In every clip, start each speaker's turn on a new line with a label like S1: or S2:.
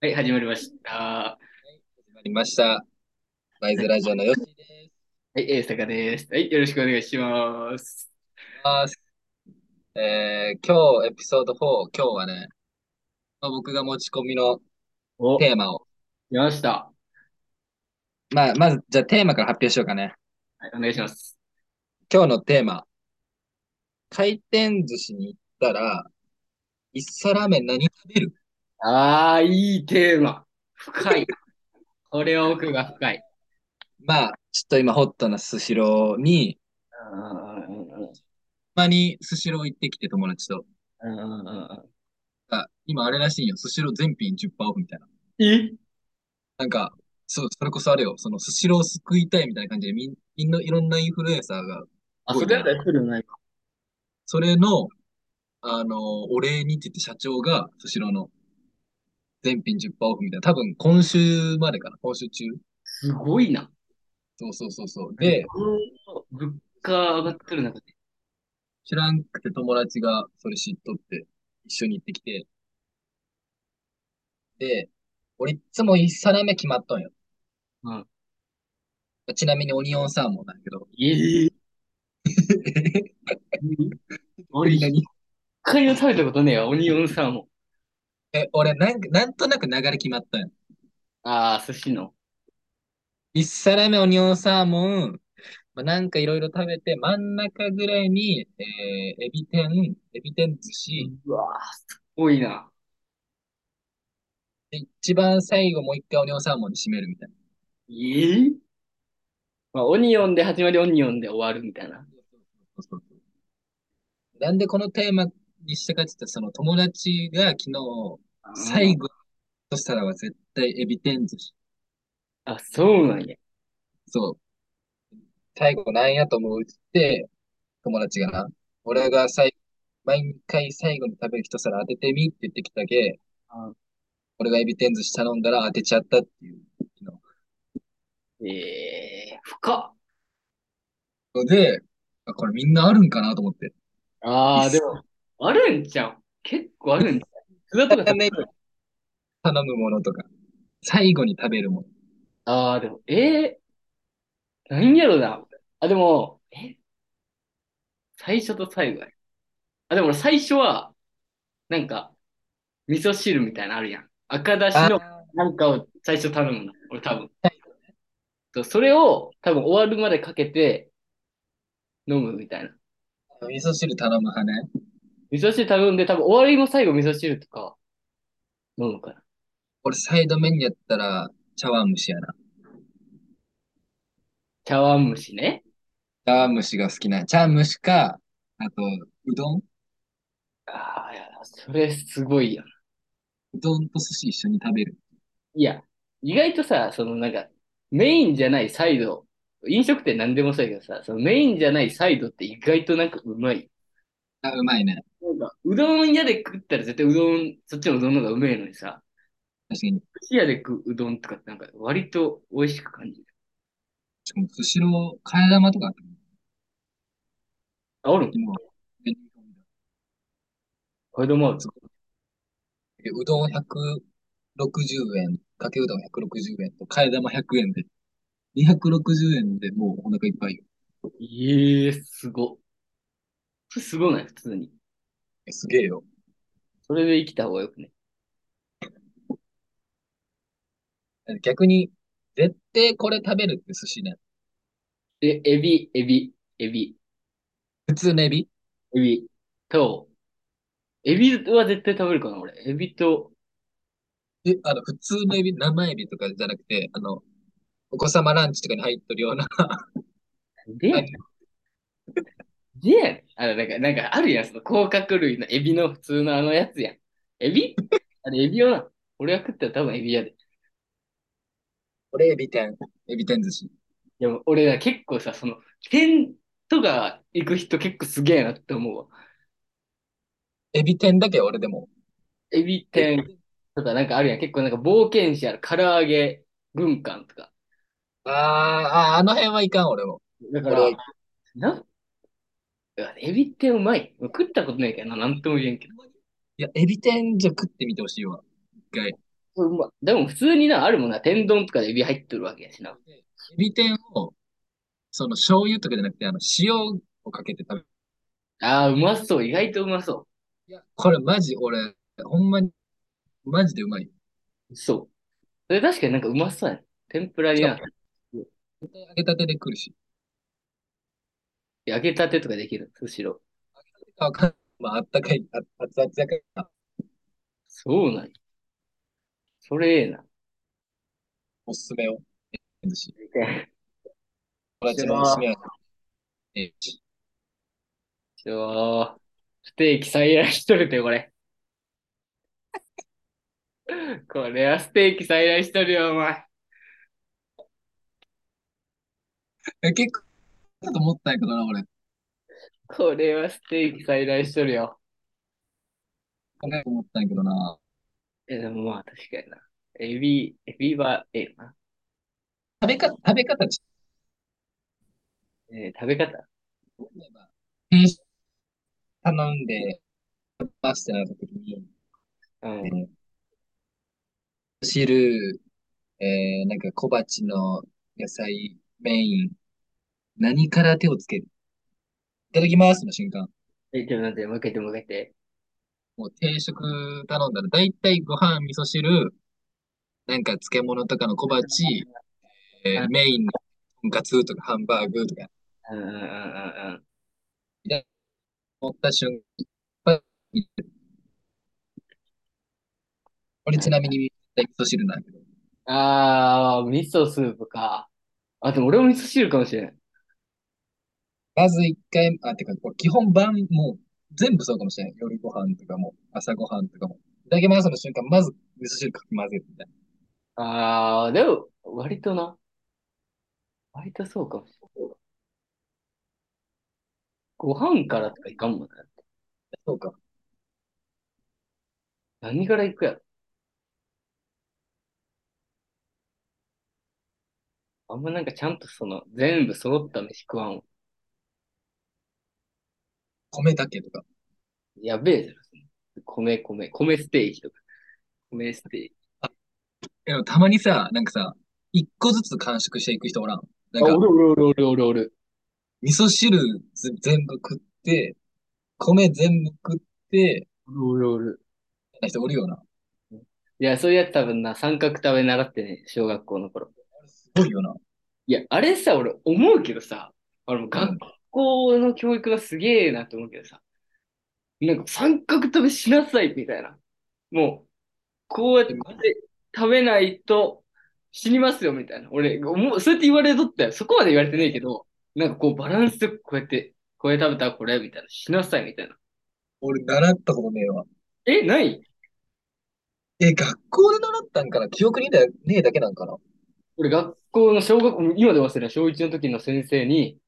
S1: はい、始まりました。は
S2: 始まりました。ナイズラジオのよしです。
S1: い、えー、坂です。はい、よろしくお願いします。
S2: えー、今日エピソード4、今日はね、僕が持ち込みの
S1: お、来
S2: テーマを。
S1: ました。
S2: まあ、まず、じゃあテーマから発表しようかね。
S1: はい、お願いします。
S2: 今日のテーマ。回転寿司に行ったら、一皿目何食べる
S1: あー、いいテーマ。深 い。これは奥が深い。
S2: まあ、ちょっと今ホットなスシローに、たまにスシロー行ってきて友達と。あ今あれらしいよ。スシロー全品10%オフみたいな。
S1: え
S2: なんか、そう、それこそあれよ。そのスシローを救いたいみたいな感じで、みん、みんないろんなインフルエンサーが、
S1: あ、それやったら来るないか。
S2: それの、あの、お礼にって言って社長が、スシローの、全品10%オフみたいな。多分今週までかな。今週中。
S1: すごいな。
S2: そうそうそうそう。で、
S1: この物価上がってる中で。
S2: 知らんくて友達がそれ知っとって、一緒に行ってきて。で、俺いつも一皿目決まっとんよ。
S1: うん。
S2: ちなみにオニオンサーモンなんだけど。
S1: ええ俺、一
S2: 何
S1: 回も食べたことねえわ、オニオンサーモン。
S2: え、俺なんか、なんとなく流れ決まったんよ。
S1: あー、寿司の。
S2: 一皿目オニオンサーモン、まあ、なんかいろいろ食べて、真ん中ぐらいに、えー、エビ天、エビ天寿司、
S1: うわー、すごいな。
S2: で、一番最後もう一回オニオンサーモンに締めるみたいな。
S1: ええまあ、オニオンで始まり、オニオンで終わるみたいな。
S2: なんでこのテーマにしたかって言ったら、その友達が昨日、最後としたらは絶対エビ天寿司。
S1: あ、そうなんや。
S2: そう。最後なんやと思うって、友達がな。俺が最、毎回最後に食べる一皿当ててみって言ってきたけ
S1: うん、
S2: 俺がエビ天寿司頼んだら当てちゃったっていう。
S1: ええ深っ。
S2: ので、あこれみんなあるんかなと思って。
S1: ああ、
S2: いっす
S1: でも、あるんちゃう結構あるんちゃう 津田とかさ
S2: 頼むものとか、最後に食べるもの。
S1: ああ、でも、ええなんやろな。あ、でも、え最初と最後や。あ、でも俺最初は、なんか、味噌汁みたいなのあるやん。赤だしのなんかを最初頼むの。俺多 分。そうそれを多分終わるまでかけて飲むみたいな。
S2: 味噌汁頼む派ね。
S1: 味噌汁頼んで多分終わりも最後味噌汁とか飲むから。
S2: 俺サイドメニューやったら茶碗蒸しやな。
S1: 茶碗蒸しね。
S2: 茶碗蒸しが好きな。茶碗蒸しか、あと、うどん
S1: ああ、いや、それすごいよな。
S2: うどんと寿司一緒に食べる。
S1: いや、意外とさ、そのなんかメインじゃないサイド、飲食店なんでもそうやけどさ、そのメインじゃないサイドって意外となんかうまい。
S2: あ、うまいね。
S1: なんかうどん屋で食ったら絶対うどん、そっちのうどんの方がうめえのにさ、
S2: 確か
S1: 寿
S2: に。
S1: 司屋で食ううどんとかってなんか割と美味しく感じる。
S2: しかも、スシロー、替え玉とかあったもん
S1: あ、おるん
S2: 昨日
S1: これでもある。
S2: えうどん160円、かけうどん160円と、替え玉100円で、260円でもうお腹いっぱいよ。
S1: ええすご。それすごない、普通に。
S2: えすげえよ。
S1: それで生きた方がよくね。
S2: 逆に、絶対これ食べるって寿司ね。
S1: え、エビ、エビ、エビ、
S2: 普通のエビ
S1: エビと、エビは絶対食べるかな、俺。エビと、
S2: え、あの、普通のエビ、生エビとかじゃなくて、あの、お子様ランチとかに入っとるような、
S1: でやねん。でやねん。あの、なんか、なんかあるやん、その甲殻類のエビの普通のあのやつやん。エビあれ、エビよな。俺が食ったら多分エビやで。
S2: 俺エビ天、エビ天寿司。
S1: でも俺ら結構さ、その、点とか行く人結構すげえなって思うわ。
S2: エビ天だけ俺でも。
S1: エビ天とかなんかあるやん。結構なんか冒険者や唐揚げ、軍艦とか。
S2: あーあー、あの辺はいかん、俺も。
S1: だか
S2: こ
S1: ら
S2: れ、
S1: な、いやエビ天うまい。食ったことないけどな、なんとも言えんけど。
S2: いや、エビ天じゃ食ってみてほしいわ。一回。
S1: うま、でも普通にな、あるもんな、天丼とかでエビ入っとるわけやしな。
S2: でエビ天を、その醤油とかじゃなくて、あの、塩をかけて食べる。
S1: ああ、うまそう。意外とうまそ
S2: いや、これマジ俺、ほんまに、マジでうまい。
S1: う。そう。それ確かになんかうまそうやね。天ぷら
S2: し
S1: に
S2: か
S1: な、
S2: も、絶対揚げたてで来るし。
S1: 揚げたてとかできる、むしろ。
S2: あ、かんまあ、あったかい、あ、熱々やから、
S1: そうなんや。それええな。
S2: おすすめを。寿司友
S1: し
S2: 達
S1: よ
S2: のおすす
S1: う。
S2: めは、えー
S1: しよう。ステーキ最愛しとるて、これ。 これはステーキ最愛しとるよ、お前。
S2: え結構、ちょっと思ったんやけどな、俺。
S1: これはステーキ最愛しとるよ。
S2: 考えて思ったんやけどな。
S1: え、でもまあ確かにな。エビ、エビはええな。
S2: 食べか、食べ方ち、
S1: えー食べ方。
S2: 例えば、定食頼んで、パスタやった時に、
S1: う
S2: え
S1: ん。
S2: ー汁、えー、なんか小鉢の野菜、メイン、何から手をつけるいただきますの瞬間。
S1: え、ちょっと待って、もう一回言って、もう一回言って。
S2: もう定食頼んだら、だいたいご飯、味噌汁、なんか漬物とかの小鉢、えー、メインのとんかつとかハンバーグとか、
S1: うんうんうんうんうん。
S2: いただ持った瞬間、俺
S1: な
S2: ち
S1: ん
S2: な
S1: か、
S2: みに絶対味噌汁なんだけど、
S1: あー、味噌スープか。あ、でも俺も味噌汁かもしれん。
S2: まず一回、あ、てか、これ基本晩、もう全部そうかもしれない。夜ご飯とかも、朝ご飯とかも。いただきますの瞬間、まず味噌汁かき混ぜるみたいな。
S1: あー、でも、割とな、割とそうかもしれん。ご飯からとかいかんもんな。
S2: そうか。
S1: 何から行くやろ。あんまなんかちゃんとその、全部揃った飯食わんわ。
S2: 米だけとか。
S1: やべえじゃん。米、米、米ステーキとか。米ステーキ。
S2: あ、でもたまにさ、なんかさ、一個ずつ完食していく人おらん。なん
S1: あ、お
S2: か、
S1: るおるおるおるおる
S2: 味噌汁ず全部食って、米全部食って、
S1: おる。おるおるおる。
S2: な人おるよな。
S1: いや、そういうやつ多分な、三角食べ習ってね、小学校の頃。
S2: すごいよな。
S1: いや、あれさ、俺思うけどさ、俺も
S2: う
S1: 学
S2: ん。
S1: 校の教育がすげえなと思うけどさ、なんか三角食べしなさいみたいな。もう、こうやっ
S2: え、
S1: て
S2: マジ
S1: 食べないと死にますよみたいな。俺、思う、そうやって言われとったよ。そこまで言われてねえけど、なんかこうバランスよくこうやって、これ食べたらこれみたいな、しなさいみたいな。
S2: 俺習ったことねえわ。
S1: え、ない
S2: え、学校で習ったんかな記憶にだねえだけなんかな
S1: 俺、学校の小学校、今で忘れない、小1の時の先生に、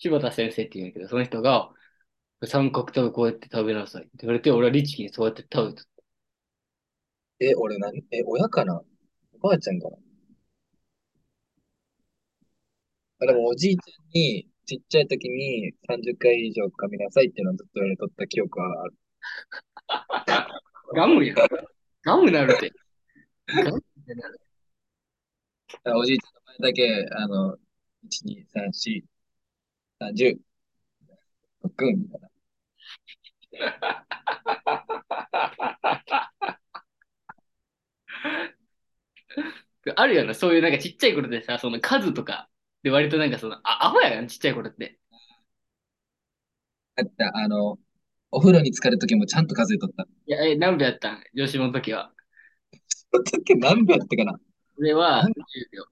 S1: 柴田先生って言うんやけど、その人が、三角食べこうやって食べなさいって言われて、俺は律儀にそうやって食べてた。
S2: え、俺何え、親かなおばあちゃんかなあ、で
S1: あ
S2: もおじいちゃんに、ちっちゃい時に30回以上噛みなさいっていうのをずっと言われとった記憶はある。
S1: ガムやん。ガムなるって。ガムってなる。
S2: あおじいちゃんの前だけ、あの、1、2、3、4、30、6みたいな。
S1: あるよな、そういうなんかちっちゃい頃でさ、その数とか、で割となんかその、あ、アホやん、ちっちゃい頃って。
S2: あった、あの、お風呂に浸かる時もちゃんと数えとった。
S1: いや、え、何秒やったん女子の時は。
S2: その時何秒やったかな
S1: 俺
S2: な
S1: は
S2: ん
S1: 10秒。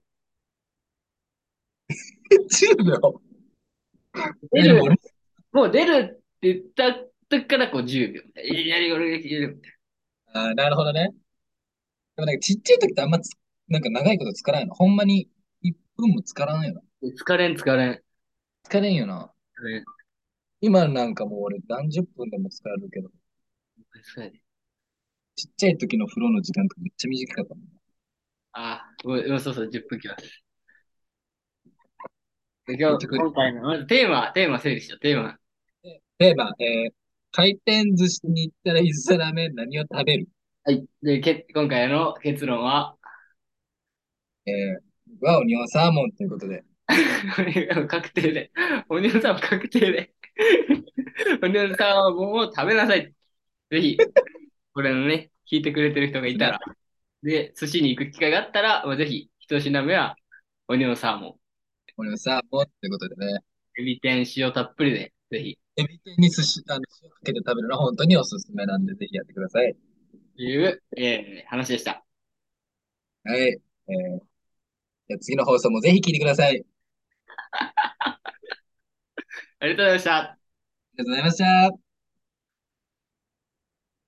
S2: ?10 秒。
S1: 出
S2: え、でも
S1: る、も
S2: 俺、
S1: う出るって言った時からこう10秒。いやいや、俺が10秒。
S2: あー、なるほどね。でもなんかちっちゃい時ってあんまつ、なんか長いことつからんの。ほんまに1分もつからんよな。
S1: 疲れん、疲れん。
S2: つかれんよな。
S1: 疲れん。
S2: 今なんかもう俺何十分でも使えるけど、
S1: そうやね
S2: ちっちゃい時の風呂の時間とかめっちゃ短かったもん。
S1: あ、もううんそうそう、10分きます。で
S2: め
S1: 今
S2: っ
S1: 日、
S2: ちゃ食え
S1: 今回の、まずテーマ、テーマ整理しよう、テーマ。
S2: て。テーマ、えー、回転寿司に行ったら一皿目何を食べる
S1: はい。で、け、今回の結論は、
S2: えー、僕はオニオンサーモンということで。
S1: 確定で。おにさん確定で。おにさんはもう食べなさい。ぜひ、これのね、聞いてくれてる人がいたら。で、寿司に行く機会があったら、まあ、ぜひ、一品目は、オニオンサーモン。
S2: オニオンサーモンということでね。
S1: エビ天塩たっぷりで、ぜひ。
S2: エビ天に寿司、あの、塩かけて食べるのは本当におすすめなんで、ぜひやってください。
S1: という、えー話でした。
S2: はい。えー、じゃあ次の放送もぜひ聞いてください。あり
S1: ありがとうございました。
S2: がとうございました。